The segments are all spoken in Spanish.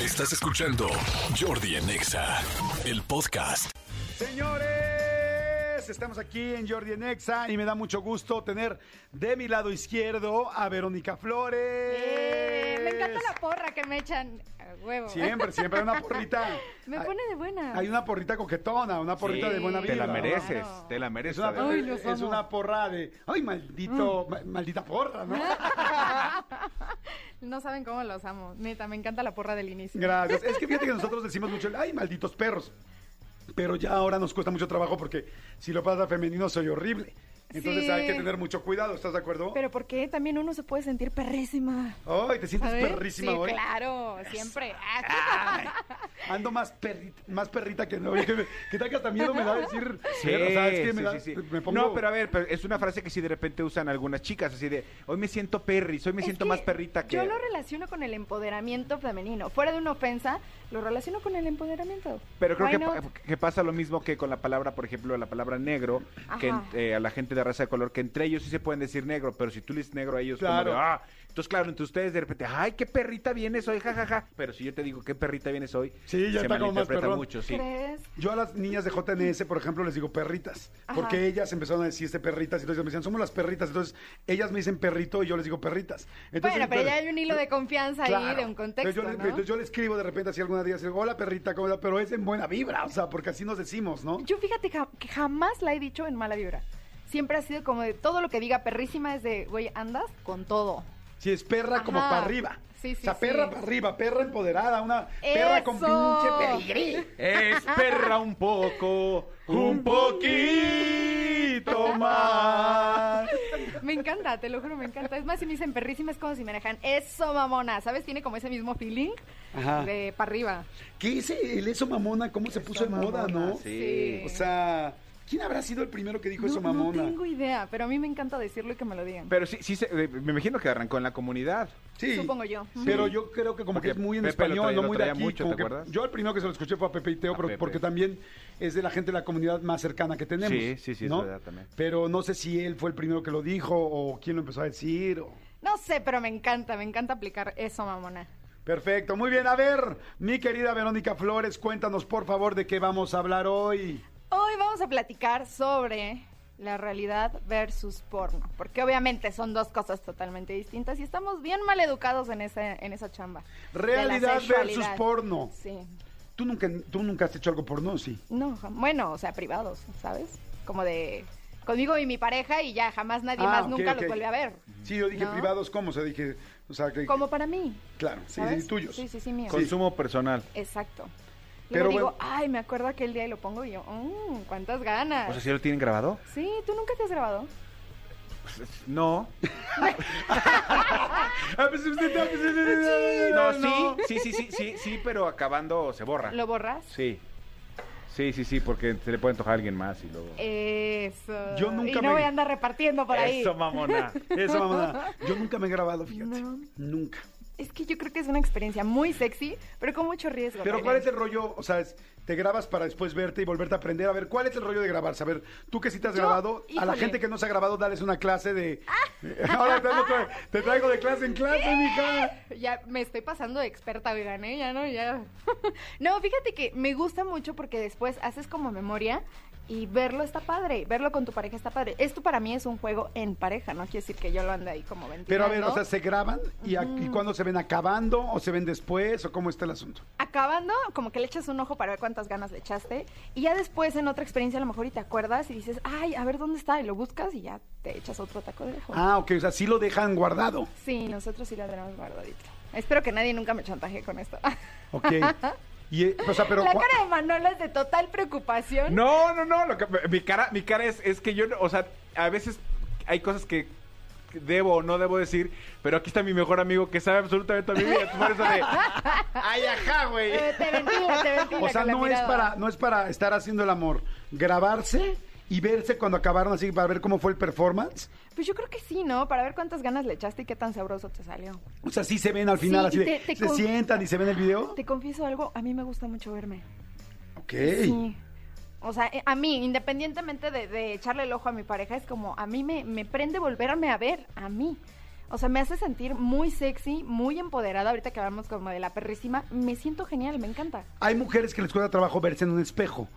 Estás escuchando Jordi en Exa, el podcast. Señores, estamos aquí en Jordi en Exa y me da mucho gusto tener de mi lado izquierdo a Verónica Flores. Eh, me encanta la porra que me echan a huevo. Pues. Siempre, siempre hay una porrita. Me Hay- pone de buena. Hay una porrita coquetona, una porrita Sí, de buena vida. Te la ¿no? mereces, Claro. te la Es mereces. una, Adela. Ay, los es amo. una porra de, ay, maldito, Mm. ma- maldita porra, ¿no? No saben cómo los amo. Neta, me encanta la porra del inicio. Gracias. Es que fíjate que nosotros decimos mucho, el, ay, malditos perros. Pero ya ahora nos cuesta mucho trabajo porque si lo pasa femenino soy horrible. Entonces Sí. hay que tener mucho cuidado, ¿estás de acuerdo? Pero porque también uno se puede sentir perrísima. Ay, te sientes ¿sabes? perrísima sí, hoy. claro, siempre. Ah, Ay, ando más perrita, más perrita que no. Que, que tal que hasta miedo me da decir. Sí, perro, o sea, es que me sí, da- sí, sí. me pongo- No, pero a ver, pero es una frase que sí de repente usan algunas chicas, así de, hoy me siento perris, hoy me Es siento que más perrita que... Yo lo relaciono con el empoderamiento femenino. Fuera de una ofensa, lo relaciono con el empoderamiento. Pero creo Why que, not? pa- que pasa lo mismo que con la palabra, por ejemplo, la palabra negro, que Ajá. en- eh, a la gente de raza de color, que entre ellos sí se pueden decir negro, pero si tú le dices negro a ellos, como Claro. de, ah, entonces claro, entre ustedes de repente, ay, qué perrita vienes hoy, jajaja, pero si yo te digo qué perrita vienes hoy, Sí, ya se está como más malinterpreta perrón. mucho, sí. ¿Crees? Yo a las niñas de JNS, por ejemplo, les digo perritas, Ajá. porque ellas empezaron a decir este perritas, y entonces me decían, somos las perritas, entonces ellas me dicen perrito y yo les digo perritas. Entonces, bueno, pero entonces- ya hay un hilo de confianza ahí, Claro. de un contexto, Entonces yo, le- ¿no? entonces yo le escribo de repente así alguna día, así, hola perrita, ¿cómo estás?", pero es en buena vibra, o sea, porque así nos decimos, ¿no? Yo fíjate ja- que jamás la he dicho en mala vibra. Siempre ha sido como de todo lo que diga perrísima es de, güey, andas con todo. Si es perra como Ajá. para arriba. Sí, sí, o sea, sí. perra para arriba, perra empoderada, una perra con ¡Eso! pinche pedigrí. Es perra un poco, un poquito más. Me encanta, te lo juro, me encanta. Es más, si me dicen perrísima es como si me dejan, eso mamona, ¿sabes? Tiene como ese mismo feeling Ajá. de para arriba. ¿Qué es el eso mamona? ¿Cómo se puso en moda, no? sí. O sea, ¿quién habrá sido el primero que dijo no, eso no mamona? tengo idea, pero a mí me encanta decirlo y que me lo digan. Pero sí, sí, se- eh, me imagino que arrancó en la comunidad. Sí. Supongo yo. Pero yo creo que como Porque que es muy en Pepe lo español, traía- no lo muy de traía aquí. mucho, como ¿te que- acuerdas? yo el primero que se lo escuché fue a Pepe y Teo, A pero- Pepe. porque también es de la gente de la comunidad más cercana que tenemos. Sí, sí, sí, es ¿no? verdad también. Pero no sé si él fue el primero que lo dijo o quién lo empezó a decir. o- No sé, pero me encanta, me encanta aplicar eso mamona. Perfecto, muy bien. A ver, mi querida Verónica Flores, cuéntanos por favor de qué vamos a hablar hoy. Hoy vamos a platicar sobre la realidad versus porno, porque obviamente son dos cosas totalmente distintas y estamos bien mal educados en esa, en esa chamba. de la Realidad versus sexualidad. porno. Sí. Tú nunca, tú nunca has hecho algo porno, sí. No, jam- bueno, o sea, privados, ¿sabes? Como de conmigo y mi pareja y ya jamás nadie Ah, más ok, nunca ok. los vuelve a ver. Sí, yo dije No. privados, ¿cómo? O sea, dije, o sea, que, Como para mí. claro, sí, ¿sabes? sí, tuyos. Sí, sí, sí, míos. Consumo personal. Exacto. Luego Pero digo, bueno. ay, me acuerdo aquel día y lo pongo y yo, "Mm, cuántas ganas. O sea, ¿sí lo tienen grabado? Sí, ¿tú nunca te has grabado? No. Ah, pues, No, No, sí, sí, sí, sí, sí, sí, pero acabando se Ah. borra. ¿Lo borras? Sí. Sí, sí, sí, porque se le puede antojar a alguien más y luego... Eso. Yo nunca y no me- voy a andar repartiendo Eh, por ahí. Eso, mamona. Eso, mamá. Yo nunca me he grabado, fíjate. No. Nunca. Es que yo creo que es una experiencia muy sexy, pero con mucho riesgo. Pero también. ¿cuál es el rollo? O sea, es- te grabas para después verte y volverte a aprender. A ver, ¿cuál es el rollo de grabarse? A ver, tú que sí te has Yo, grabado, a la híjole. Ah. gente que no se ha grabado, dales una clase de... Ahora te traigo, te traigo de clase en clase, mija. Ya me estoy pasando de experta, oigan, ¿eh? Ya no, ya. no, fíjate que me gusta mucho porque después haces como memoria y verlo está padre, verlo con tu pareja está padre. Esto para mí es un juego en pareja, no quiere decir que yo lo ande ahí como ventilando. Pero a ver, o sea, ¿se graban? ¿Y, a- y cuándo se ven acabando? ¿O se ven después? ¿O cómo está el asunto? acabando, como que le echas un ojo para ver cuántas ganas le echaste. Y ya después, en otra experiencia, a lo mejor y te acuerdas y dices, ay, a ver dónde está, y lo buscas y ya te echas otro taco de ojo. Ah, ok, o sea, sí lo dejan guardado. Sí, nosotros sí la tenemos guardadito. Espero que nadie nunca me chantaje con esto. Ok. Y, eh, o sea, pero... la cua- cara de Manolo es de total preocupación. No, no, no. lo que- mi cara, mi cara es, es que yo, no- o sea, a veces hay cosas que debo o no debo decir, pero aquí está mi mejor amigo que sabe absolutamente mi vida. Por eso de, ay, ajá, güey. Eh, te ventila, te ventila. O sea, con la no es, mirada. para, no es para estar haciendo el amor. Grabarse y verse cuando acabaron así para ver cómo fue el performance. Pues yo creo que sí, ¿no? Para ver cuántas ganas le echaste y qué tan sabroso te salió. O sea, sí se ven al final, Sí, así de, te- te se con- sientan y se ven el video. Te confieso algo, a mí me gusta mucho verme. Ok. Sí. O sea, eh, a mí, independientemente de, de echarle el ojo a mi pareja, es como, a mí me, me prende volverme a ver, a mí. O sea, me hace sentir muy sexy, muy empoderada. Ahorita que hablamos como de la perrísima, me siento genial, me encanta. Hay mujeres que les cuesta trabajo verse en un espejo.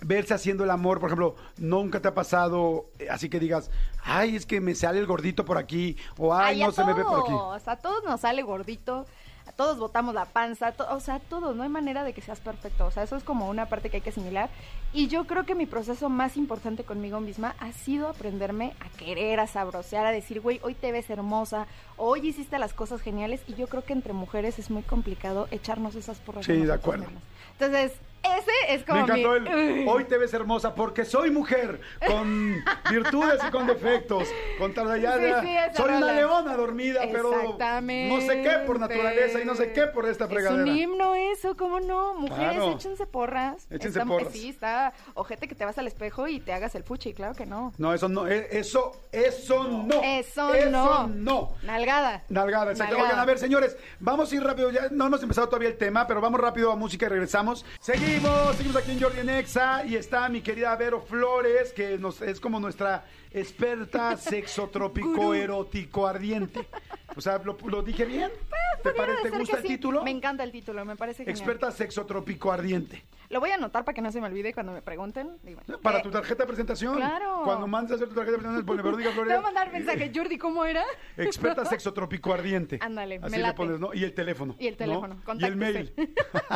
Verse haciendo el amor, por ejemplo, nunca te ha pasado eh, así que digas, ay, es que me sale el gordito por aquí, o ay, Ay, a no se me ve por aquí. todos, A todos nos sale gordito, a todos botamos la panza, a to- o sea, a todos, no hay manera de que seas perfecto. O sea, eso es como una parte que hay que asimilar. Y yo creo que mi proceso más importante conmigo misma ha sido aprenderme a querer, a sabrosear, a decir, güey, hoy te ves hermosa, hoy hiciste las cosas geniales. Y yo creo que entre mujeres es muy complicado echarnos esas porras. a Sí, de nosotras acuerdo. mismas. Entonces, ese es Me como encantó mi- el hoy te ves hermosa porque soy mujer, con virtudes y con defectos, con tardallada. Sí, sí, esa soy una rola. leona dormida, pero Exactamente. no sé qué por naturaleza y no sé qué por esta fregadera. Es un himno eso, ¿cómo no? Mujeres, Claro. échense porras. Échense Está- porras. Sí, está ojete que te vas al espejo y te hagas el fuchi, claro que no. No, eso no, e- eso, eso no. Eso, Eso no. Nalgada. Nalgada, exacto. Nalgada. Oigan, a ver, señores, vamos a ir rápido. Ya no hemos empezado todavía el tema, pero vamos rápido a música y regresamos. Seguimos, seguimos aquí en Jordi Nexa y está mi querida Vero Flores, que nos, es como nuestra experta sexotrópico Gurú. erótico ardiente. O sea, ¿lo, lo dije bien? ¿Te, Pues, Podría parece- te ser que gusta el sí. título? Me encanta el título, me parece genial. Experta sexotrópico ardiente. Lo voy a anotar para que no se me olvide cuando me pregunten. Digo, Para eh, tu tarjeta de presentación. Claro. Cuando mandes a hacer tu tarjeta de presentación, pone Verónica Te Flores. voy a mandar mensaje, Jordi, ¿cómo era? Experta sexotrópico ardiente. Ándale, Así me le late. pones, ¿no? Y el teléfono. Y el ¿no? teléfono, Y el contáctese. mail.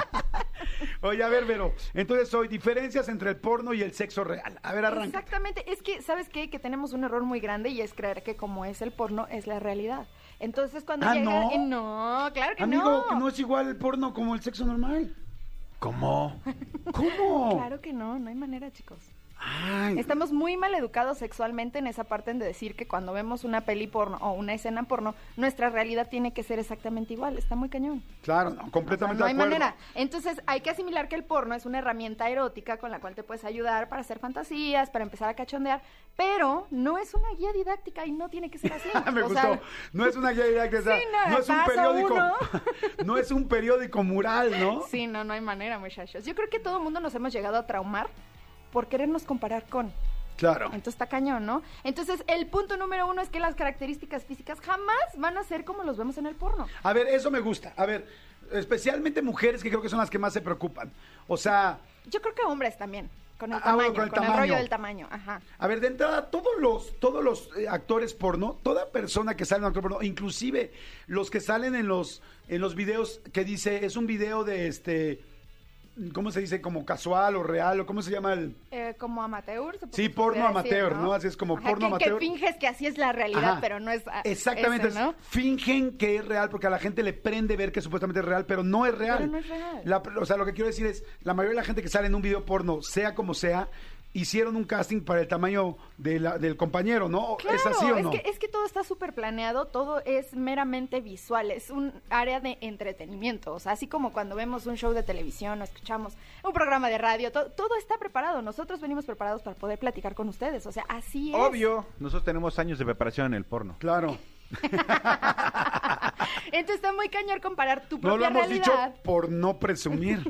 Oye, a ver, Vero. Entonces, hoy, diferencias entre el porno y el sexo real. A ver, arranca. Exactamente, es que, ¿sabes qué? Que tenemos un error muy grande y es creer que como es el porno, es la realidad. Entonces, cuando Ah, llega... ¿no? eh, no, claro que Amigo, que no es igual el porno como el sexo normal. ¿Cómo? ¿Cómo? Claro que no, no hay manera, chicos. Ay, Estamos muy mal educados sexualmente en esa parte en de decir que cuando vemos una peli porno o una escena porno, nuestra realidad tiene que ser exactamente igual. Está muy cañón. claro, no, O sea, completamente no hay de acuerdo. manera. Entonces hay que asimilar que el porno es una herramienta erótica con la cual te puedes ayudar para hacer fantasías, para empezar a cachondear, pero no es una guía didáctica y no tiene que ser así. Me O gustó. sea, no es una guía directa, o sea, Sí, no, no es un paso periódico. uno. no es un periódico mural, ¿no? Sí, no, no hay manera, muchachos. Yo creo que todo el mundo nos hemos llegado a traumar por querernos comparar con. Claro. Entonces está cañón, ¿no? Entonces, el punto número uno es que las características físicas jamás van a ser como los vemos en el porno. A ver, eso me gusta. A ver, especialmente mujeres que creo que son las que más se preocupan. O sea, Yo creo que hombres también, con el Ah, bueno, con tamaño, con el el, tamaño. rollo del tamaño, ajá. a ver, de entrada, todos los, todos los eh, actores porno, toda persona que sale en un actor porno, inclusive los que salen en los, en los videos que dice, es un video de este, ¿cómo se dice? Como casual o real, o cómo se llama el. Eh, como amateur. supongo Sí, que se porno podría decir, amateur, ¿no? Así es como porno que, amateur. Que finges que así es la realidad, Ajá. pero no es ah, Exactamente, eso, ¿no? es- fingen que es real porque a la gente le prende ver que supuestamente es real, pero no es real. Pero no es real. La- o sea, lo que quiero decir es, la mayoría de la gente que sale en un video porno, sea como sea, hicieron un casting para el tamaño de la- del compañero, ¿no? Claro, ¿Es así o no? que, es que todo está súper planeado, todo es meramente visual, es un área de entretenimiento, o sea, así como cuando vemos un show de televisión o escuchamos un programa de radio, to- todo está preparado, nosotros venimos preparados para poder platicar con ustedes, o sea, así es. Obvio, nosotros tenemos años de preparación en el porno. Claro. Entonces está muy cañón comparar tu No lo propia hemos realidad. dicho por no presumir,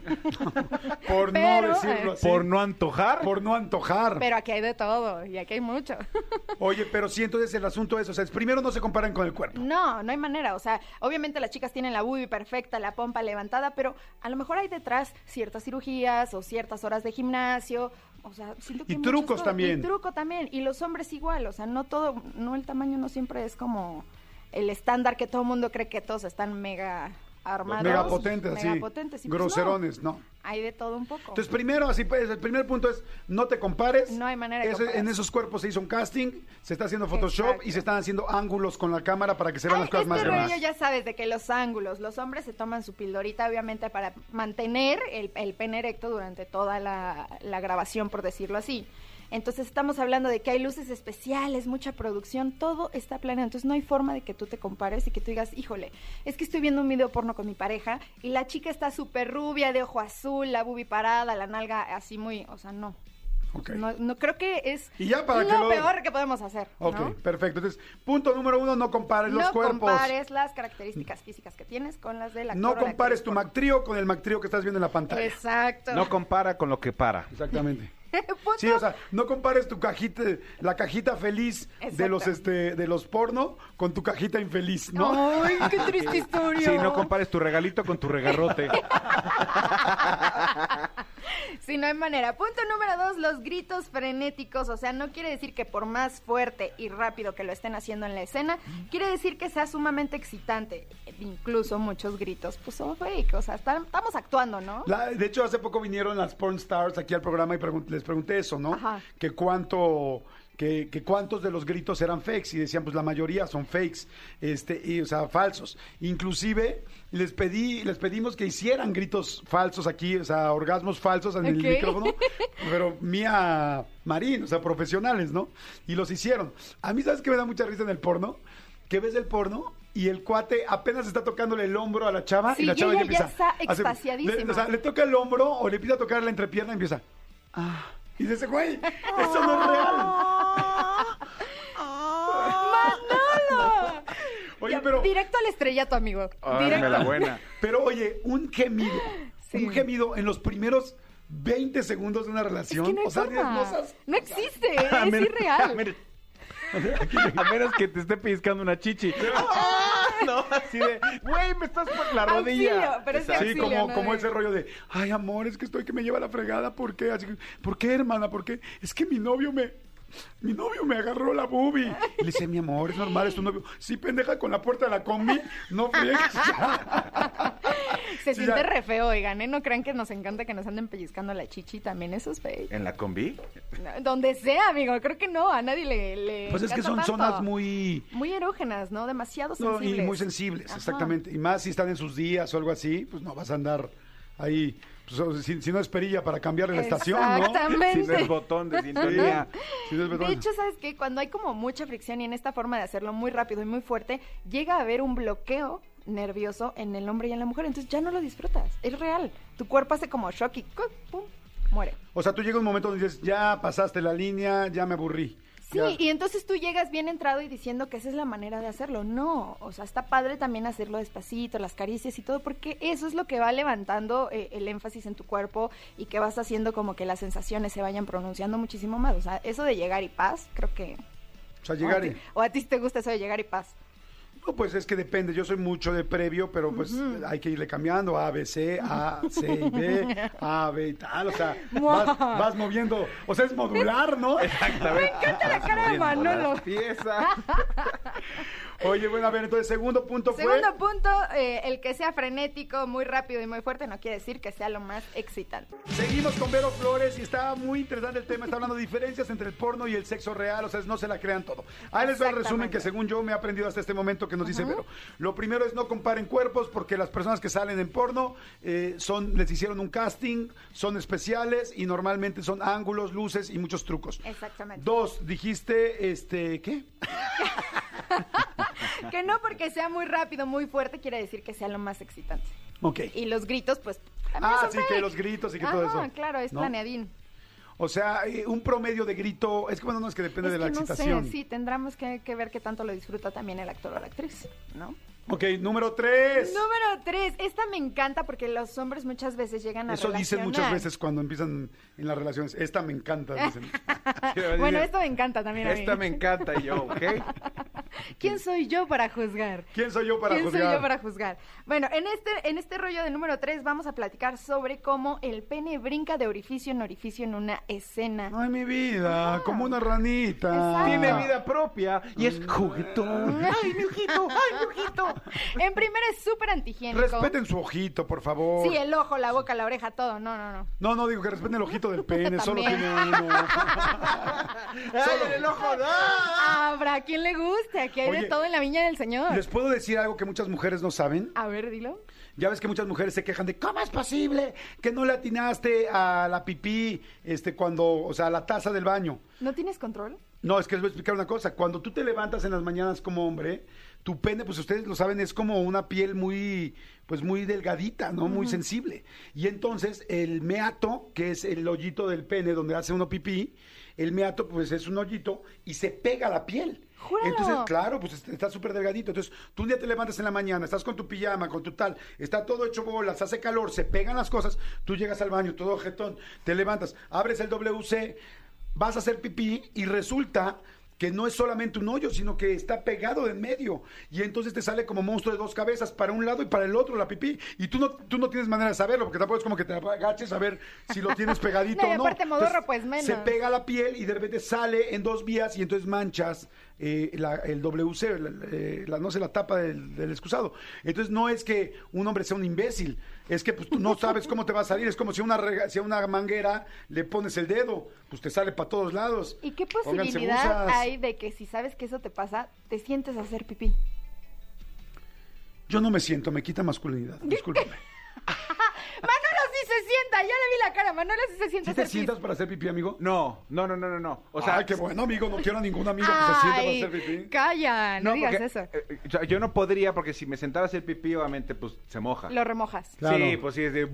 por no Pero, decirlo eh, así, Por no antojar. por no antojar. Pero aquí hay de todo y aquí hay mucho. Oye, pero sí, entonces el asunto es, o sea, es- primero no se comparan con el cuerpo. No, no hay manera. O sea, obviamente las chicas tienen la bubi perfecta, la pompa levantada, pero a lo mejor hay detrás ciertas cirugías o ciertas horas de gimnasio. O sea, siento que Y hay muchas trucos cosas. también. Y truco también. Y los hombres igual. O sea, no todo, no el tamaño no siempre es como el estándar que todo el mundo cree que todos están mega armados. Megapotentes, así. megapotentes, y pues no. groserones, no. Hay de todo un poco. Entonces, primero, así pues, el primer punto es no te compares. No hay manera de Eso- compararse. En esos cuerpos se hizo un casting, se está haciendo Photoshop Exacto. y se están haciendo ángulos con la cámara para que se vean Ay, las cosas este más rollo grandes. ya sabes de que los ángulos, los hombres se toman su pildorita obviamente para mantener el, el pene erecto durante toda la, la grabación, por decirlo así. Entonces estamos hablando de que hay luces especiales, mucha producción, todo está planeado. Entonces no hay forma de que tú te compares y que tú digas, híjole, es que estoy viendo un video porno con mi pareja y la chica está súper rubia, de ojo azul, la bubi parada, la nalga así muy, o sea, no. Ok. No, no creo que es Y ya para lo que lo- peor que podemos hacer. Ok, ¿no? perfecto. Entonces, punto número uno, no compares los no cuerpos. compares las características físicas que tienes con las del actor o no la actriz compares tu porno. Mac Trío con el Mac Trío que estás viendo en la pantalla. Exacto. No compara con lo que para. Exactamente. Punto. Sí, o sea, no compares tu cajita, la cajita feliz de Exacto. los este, de los porno con tu cajita infeliz, ¿no? Ay, qué triste historia. Sí, no compares tu regalito con tu regarrote. Sí, no hay manera. Punto número dos, los gritos frenéticos. O sea, no quiere decir que por más fuerte y rápido que lo estén haciendo en la escena, quiere decir que sea sumamente excitante. Eh, Incluso muchos gritos, pues son fake. O sea, están- estamos actuando, ¿no? La- de hecho, hace poco vinieron las porn stars aquí al programa y pregun- les pregunté eso, ¿no? Ajá. Que cuánto, que, que cuántos de los gritos eran fakes y decían, pues la mayoría son fakes, este, y, o sea, falsos. Inclusive les pedí, les pedimos que hicieran gritos falsos aquí, o sea, orgasmos falsos en Ok. el micrófono, pero mía Marín, o sea, profesionales, ¿no? Y los hicieron. A mí sabes que me da mucha risa en el porno, que ves el porno. Y el cuate apenas está tocándole el hombro a la chava Sí, y la Ah, y chava ella ya empieza está a hacer- extasiadísima. le- o sea, le toca el hombro o le empieza a tocar la entrepierna y empieza. "Ah". Y dice, güey, eso no es real. Ah. ¡Manolo! Oye, Ya, pero, Ah, Directo al estrellato, amigo. Ay, Directo. me la buena. pero oye, un gemido. Sí. Un gemido en los primeros 20 segundos de una Es relación. que no hay o sea, Ah, forma. dices, no seas- No existe, A es menos- A irreal. menos, a menos que te esté piscando una chichi. No, así de, güey, me estás por la rodilla. Auxilio, pero es que Sí, auxilio, como, ¿no? como De- ese rollo de, ay, amor, es que estoy que me lleva la fregada, ¿por qué? Así que, ¿Por qué, hermana? ¿Por qué? Es que mi novio me... Mi novio me agarró la boobie. Y le dice, mi amor, es normal, es tu novio. Sí, pendeja, con la puerta de la combi, no friegues. Se Sí, ya. siente re feo, oigan, ¿eh? No crean que nos encanta que nos anden pellizcando la chichi también, eso es Eh. fake. ¿En la combi? No, donde sea, amigo, creo que no, a nadie le. le Pues es que encanta son tanto. zonas muy... Muy erógenas, ¿no? Demasiado no, sensibles. y muy sensibles, Ajá. exactamente. Y más si están en sus días o algo así, pues no vas a andar ahí. pues, o- si, si no es perilla para cambiarle la estación, ¿no? Exactamente. Si no es botón de Sí, sintonía. si no es verdad. De hecho, ¿sabes qué? Cuando hay como mucha fricción y en esta forma de hacerlo muy rápido y muy fuerte, llega a haber un bloqueo nervioso en el hombre y en la mujer. Entonces ya no lo disfrutas. Es real. Tu cuerpo hace como shock y ¡cu- pum, muere. O sea, tú llega un momento donde dices, ya pasaste la línea, ya me aburrí. Sí, Ya. y entonces tú llegas bien entrado y diciendo que esa es la manera de hacerlo. No, o sea, está padre también hacerlo despacito, las caricias y todo, porque eso es lo que va levantando eh, el énfasis en tu cuerpo y que vas haciendo como que las sensaciones se vayan pronunciando muchísimo más. O sea, eso de llegar y paz, creo que... O sea, llegar. O a, ti, o a ti te gusta eso de llegar y paz. No, pues es que depende. Yo soy mucho de previo, pero pues hay que irle cambiando. A, B, C, A, C y B, A, B y tal. O sea, vas, vas moviendo. O sea, es modular, ¿no? Me encanta la cara de Manolo. Pieza. Oye, bueno, a ver, entonces, segundo punto fue. Segundo punto, eh, el que sea frenético, muy rápido y muy fuerte no quiere decir que sea lo más excitante. Seguimos con Vero Flores y está muy interesante el tema. Está hablando de diferencias entre el porno y el sexo real. O sea, no se la crean todo. Ahí les va el resumen Exactamente. que según yo me he aprendido hasta este momento que nos dice Vero. Lo primero es no comparen cuerpos porque las personas que salen en porno eh, son, les hicieron un casting, son especiales y normalmente son ángulos, luces y muchos trucos. Exactamente. Dos, dijiste, este, ¿qué? Que no porque sea muy rápido, muy fuerte, quiere decir que sea lo más excitante. Ok. Y los gritos, pues. también Ah, son sí, fake. que los gritos y que todo Ajá, eso. claro, es ¿No? planeadín. O sea, eh, un promedio de grito, es que bueno, no es que depende es de que la no excitación. sé, sí, tendremos que, que ver qué tanto lo disfruta también el actor o la actriz, ¿no? Ok, número tres. Número tres, esta me encanta porque los hombres muchas veces llegan a Eso dicen muchas relacionar. veces cuando empiezan en las relaciones. Esta me encanta, dicen. Ah, Bueno, esto me encanta también a mí. Esta me encanta y yo, ¿ok? ¿Quién soy yo para juzgar? ¿Quién soy yo para ¿Quién juzgar? soy yo para juzgar? Bueno, en este, en este rollo de número 3 vamos a platicar sobre cómo el pene brinca de orificio en orificio en una escena. Ay, mi vida, como una ranita. Ah. Exacto. Tiene vida propia y es juguetón. ¡Ay, mi ojito! ¡Ay, mi ojito! En primera es súper antihigiénico. Respeten su ojito, por favor. Sí, el ojo, la boca, la oreja, todo. No, no, no. No, no, digo que respeten el ojito del pene, solo También. tiene uno. ¡Ay, en el ojo! ¡Ah! Habrá quien le guste. Aquí hay de Oye, todo en la viña del señor. Les puedo decir algo que muchas mujeres no saben. A ver, dilo. Ya ves que muchas mujeres se quejan de cómo es posible que no le atinaste a la pipí, este, cuando, o sea, a la taza del baño. ¿No tienes control? No, es que les voy a explicar una cosa. Cuando tú te levantas en las mañanas como hombre, tu pene, pues ustedes lo saben, es como una piel muy, pues muy delgadita, ¿no? Muy sensible. Y entonces el meato, que es el hoyito del pene donde hace uno pipí, el meato, pues es un hoyito y se pega a la piel. Júralo. Entonces, claro, pues est- está súper delgadito. Entonces, tú un día te levantas en la mañana, estás con tu pijama, con tu tal, está todo hecho bolas, hace calor, se pegan las cosas, tú llegas al baño, todo jetón, te levantas, abres el WC, vas a hacer pipí y resulta que no es solamente un hoyo, sino que está pegado de en medio. Y entonces te sale como monstruo de dos cabezas, para un lado y para el otro la pipí. Y tú no, tú no tienes manera de saberlo, porque tampoco es como que te agaches a ver si lo tienes pegadito No, y o no. aparte modorro, pues, menos. Se pega la piel y de repente sale en dos vías y entonces manchas eh, la- el WC, la, eh, la- no sé, la tapa del, del excusado. Entonces no es que un hombre sea un imbécil, es que pues tú no sabes cómo te va a salir. Es como si a una, rega- si a una manguera le pones el dedo, pues te sale para todos lados. ¿Y qué Pónganse posibilidad buzas. hay de que si sabes que eso te pasa, te sientes a hacer pipí? Yo no me siento, me quita masculinidad, discúlpame. Manolo sí se sienta, ya le vi la cara. Manolo sí se sienta ¿Sí a te hacer pipí. sientas para hacer pipí, amigo? No, no, no, no, no, no. O sea, Ay, qué bueno, amigo, no quiero a ningún amigo que se sienta para hacer pipí. Calla, no, digas porque, eso. eh, yo- yo no podría porque si me sentara a hacer pipí, obviamente, pues se moja. Lo remojas. Claro. Sí, pues sí, es de...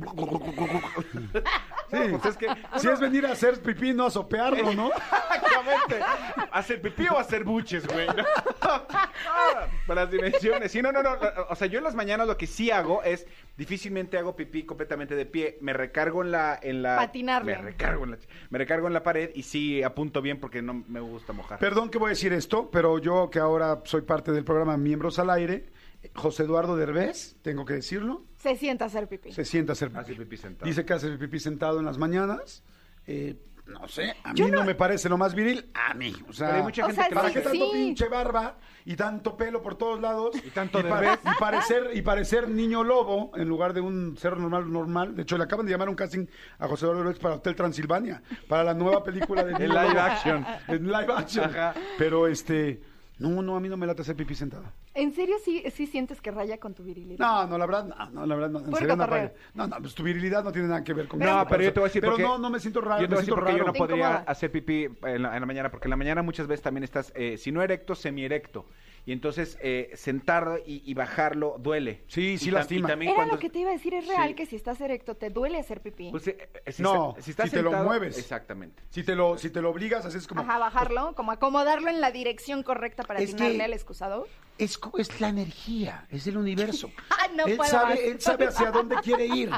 Sí, pues es que- si es venir a hacer pipí, no a sopearlo, ¿no? Exactamente. ¿Hacer pipí o hacer buches, güey? No. Ah, Para las dimensiones. Sí, no, no, no. O sea, yo en las mañanas lo que sí hago es difícilmente hago pipí completamente de pie. Me recargo en la. En la Patinarle. Me recargo en la, me recargo en la pared y sí apunto bien porque no me gusta mojar. Perdón que voy a decir esto, pero yo que ahora soy parte del programa Miembros al Aire, José Eduardo Derbez, tengo que decirlo, Se sienta a hacer pipí. se sienta a hacer Hace pipí. pipí sentado. Dice que hace pipí sentado en las mañanas. eh, no sé, a mí Yo no... no- me parece lo más viril, a mí. O sea, Pero hay mucha O gente sea, que lo ¿Para sí, qué hace. tanto sí. pinche barba y tanto pelo por todos lados? Y tanto pa- Derbez. y parecer Y parecer niño lobo en lugar de un cerro normal normal. De hecho, le acaban de llamar a un casting a José Eduardo Derbez para Hotel Transilvania, para la nueva película de En Niño live Lobo. action. En live action. Ajá. Pero este... No, no, a mí no me late hacer pipí sentado. ¿En serio sí, sí sientes que raya con tu virilidad? No, no, la verdad, no, no la verdad, no. En Por serio, no, cotorreo. Rayo. no, no, pues tu virilidad no tiene nada que ver con No, pero yo te voy a decir Pero porque- no, no me siento raro, Yo me te voy a decir siento porque raro. yo no Te podría incomoda. hacer pipí en la, en la mañana, porque en la mañana muchas veces también estás, eh, si no erecto, semi-erecto. Y entonces eh, sentarlo y, y bajarlo duele. Sí, sí Y tam- lastima. y también Era cuando- lo que te iba a decir, es real Sí. que si estás erecto te duele hacer pipí. Pues, eh, eh, No, está- si te lo mueves. Exactamente. Si te lo, si te lo obligas, así es como. Ajá, bajarlo, como acomodarlo en la dirección correcta para Es que- atinarle al excusado. Es, co- es la energía, es el universo. Ay, no él, puedo más. sabe, él sabe hacia dónde quiere ir.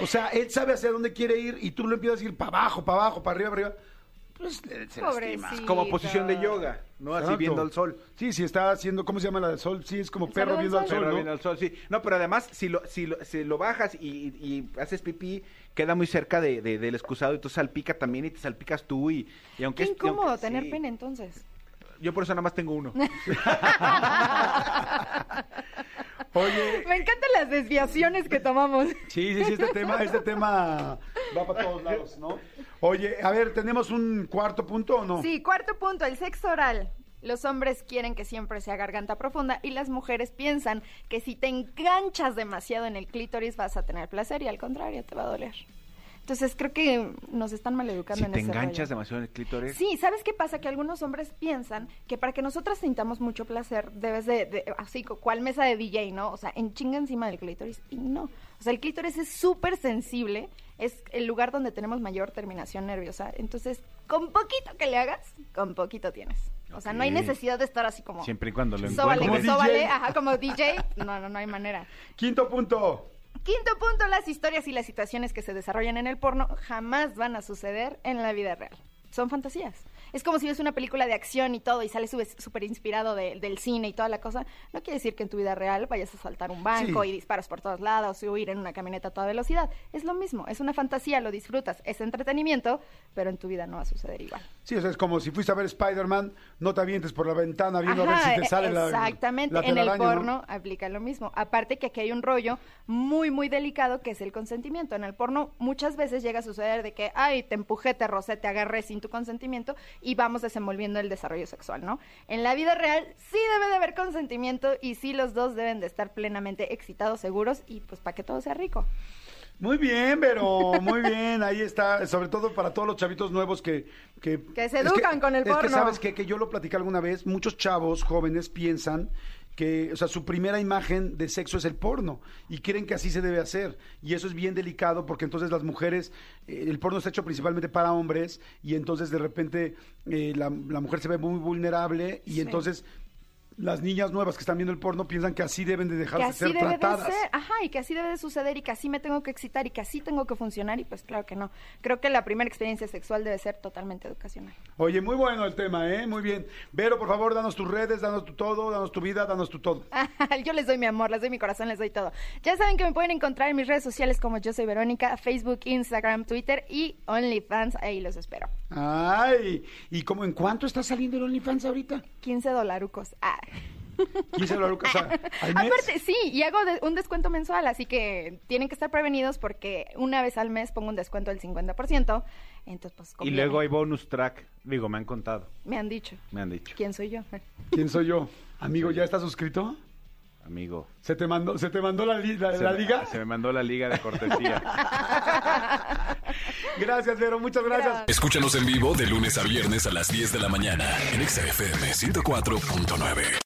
O sea, él sabe hacia dónde quiere ir y tú lo empiezas a ir para abajo, para abajo, para arriba, para arriba. Pues le- se Oh. lastima. Pobrecito. Como posición de yoga, ¿no? Así Exacto. viendo al sol. Sí, sí, está haciendo, ¿cómo se llama la del sol? Sí, es como perro saludo al viendo al sol. sol. Pero ¿no? viendo al sol, sí. No, pero además, si lo, si lo, si lo bajas y, y- y haces pipí, queda muy cerca de, de- del excusado y tú salpica también y te salpicas tú. Y, y aunque Qué es- y incómodo aunque- tener sí. pene entonces. Yo por eso nada más tengo uno. Oye, Me encantan las desviaciones que tomamos. sí, sí, sí, este tema, este tema va para todos lados, ¿no? Oye, a ver, ¿tenemos un cuarto punto o no? Sí, cuarto punto, el sexo oral. Los hombres quieren que siempre sea garganta profunda y las mujeres piensan que si te enganchas demasiado en el clítoris vas a tener placer y al contrario te va a doler. Entonces creo que nos están maleducando si en te ese enganchas rollo. demasiado en el clítoris. Sí, ¿sabes qué pasa? Que algunos hombres piensan que para que nosotras sintamos mucho placer debes de, de- así, co- cual mesa de DJ, ¿no? O sea, en chinga encima del clítoris y no. O sea, el clítoris es súper sensible, es el lugar donde tenemos mayor terminación nerviosa. Entonces, con poquito que le hagas, con poquito tienes. O sea, no hay Ok. necesidad de estar así como... Siempre y cuando lo Sóbale, Como encuentres. DJ. sóbale, ajá, como DJ. No, no, no hay manera. Quinto punto. Quinto punto, las historias y las situaciones que se desarrollan en el porno jamás van a suceder en la vida real. Son fantasías. Es como si ves una película de acción y todo y sales sube- súper inspirado de- del cine y toda la cosa. No quiere decir que en tu vida real vayas a saltar un banco Sí. y disparas por todos lados y huir en una camioneta a toda velocidad. Es lo mismo, es una fantasía, lo disfrutas, es entretenimiento, pero en tu vida no va a suceder igual. Sí, o sea, es como si fuiste a ver Spider-Man, no te avientes por la ventana viendo a ver si e- te sale la Exactamente, la en el telaraña, ¿no? porno aplica lo mismo. Aparte que aquí hay un rollo muy, muy delicado que es el consentimiento. En el porno muchas veces llega a suceder de que, ay, te empujé, te rocé, te agarré sin tu consentimiento y vamos desenvolviendo el desarrollo sexual, ¿no? En la vida real sí debe de haber consentimiento y sí los dos deben de estar plenamente excitados, seguros y pues para que todo sea rico. Muy bien, pero muy bien, ahí está, sobre todo para todos los chavitos nuevos que... Que, Que se educan con el Es que porno. sabes que, que yo lo platicé alguna vez, muchos chavos jóvenes piensan que, o sea, su primera imagen de sexo es el porno y creen que así se debe hacer. Y eso es bien delicado porque entonces las mujeres, eh, el porno está hecho principalmente para hombres y entonces de repente eh, la, la mujer se ve muy vulnerable y Sí. entonces las niñas nuevas que están viendo el porno piensan que así deben de que dejarse así ser debe tratadas. de ser, ajá, y que así debe de suceder y que así me tengo que excitar y que así tengo que funcionar y pues claro que no. Creo que la primera experiencia sexual debe ser totalmente educacional. Oye, muy bueno el tema, ¿eh? Muy bien. Vero, por favor, danos tus redes, danos tu todo, danos tu vida, danos tu todo. Yo les doy mi amor, les doy mi corazón, les doy todo. Ya saben que me pueden encontrar en mis redes sociales como yo soy Verónica, Facebook, Instagram, Twitter y OnlyFans, ahí los espero. Ay, ¿y cómo en cuánto está saliendo el OnlyFans ahorita? 15 dolarucos. Ah. 15 dólares o sea, al mes. Aparte, sí, y hago de- un descuento mensual, así que tienen que estar prevenidos porque una vez al mes pongo un descuento del 50%, entonces pues Y conviene. luego hay bonus track. Digo, me han contado, Me han dicho, me han dicho. ¿quién soy yo? ¿Quién soy yo? Amigo, ¿ya estás suscrito? Amigo. ¿Se te mandó, se te mandó la, li- la- Se la me- liga? Se me mandó la liga de cortesía. Gracias, Vero, muchas gracias. Escúchanos en vivo de lunes a viernes a las 10 de la mañana en Exa FM 104.9.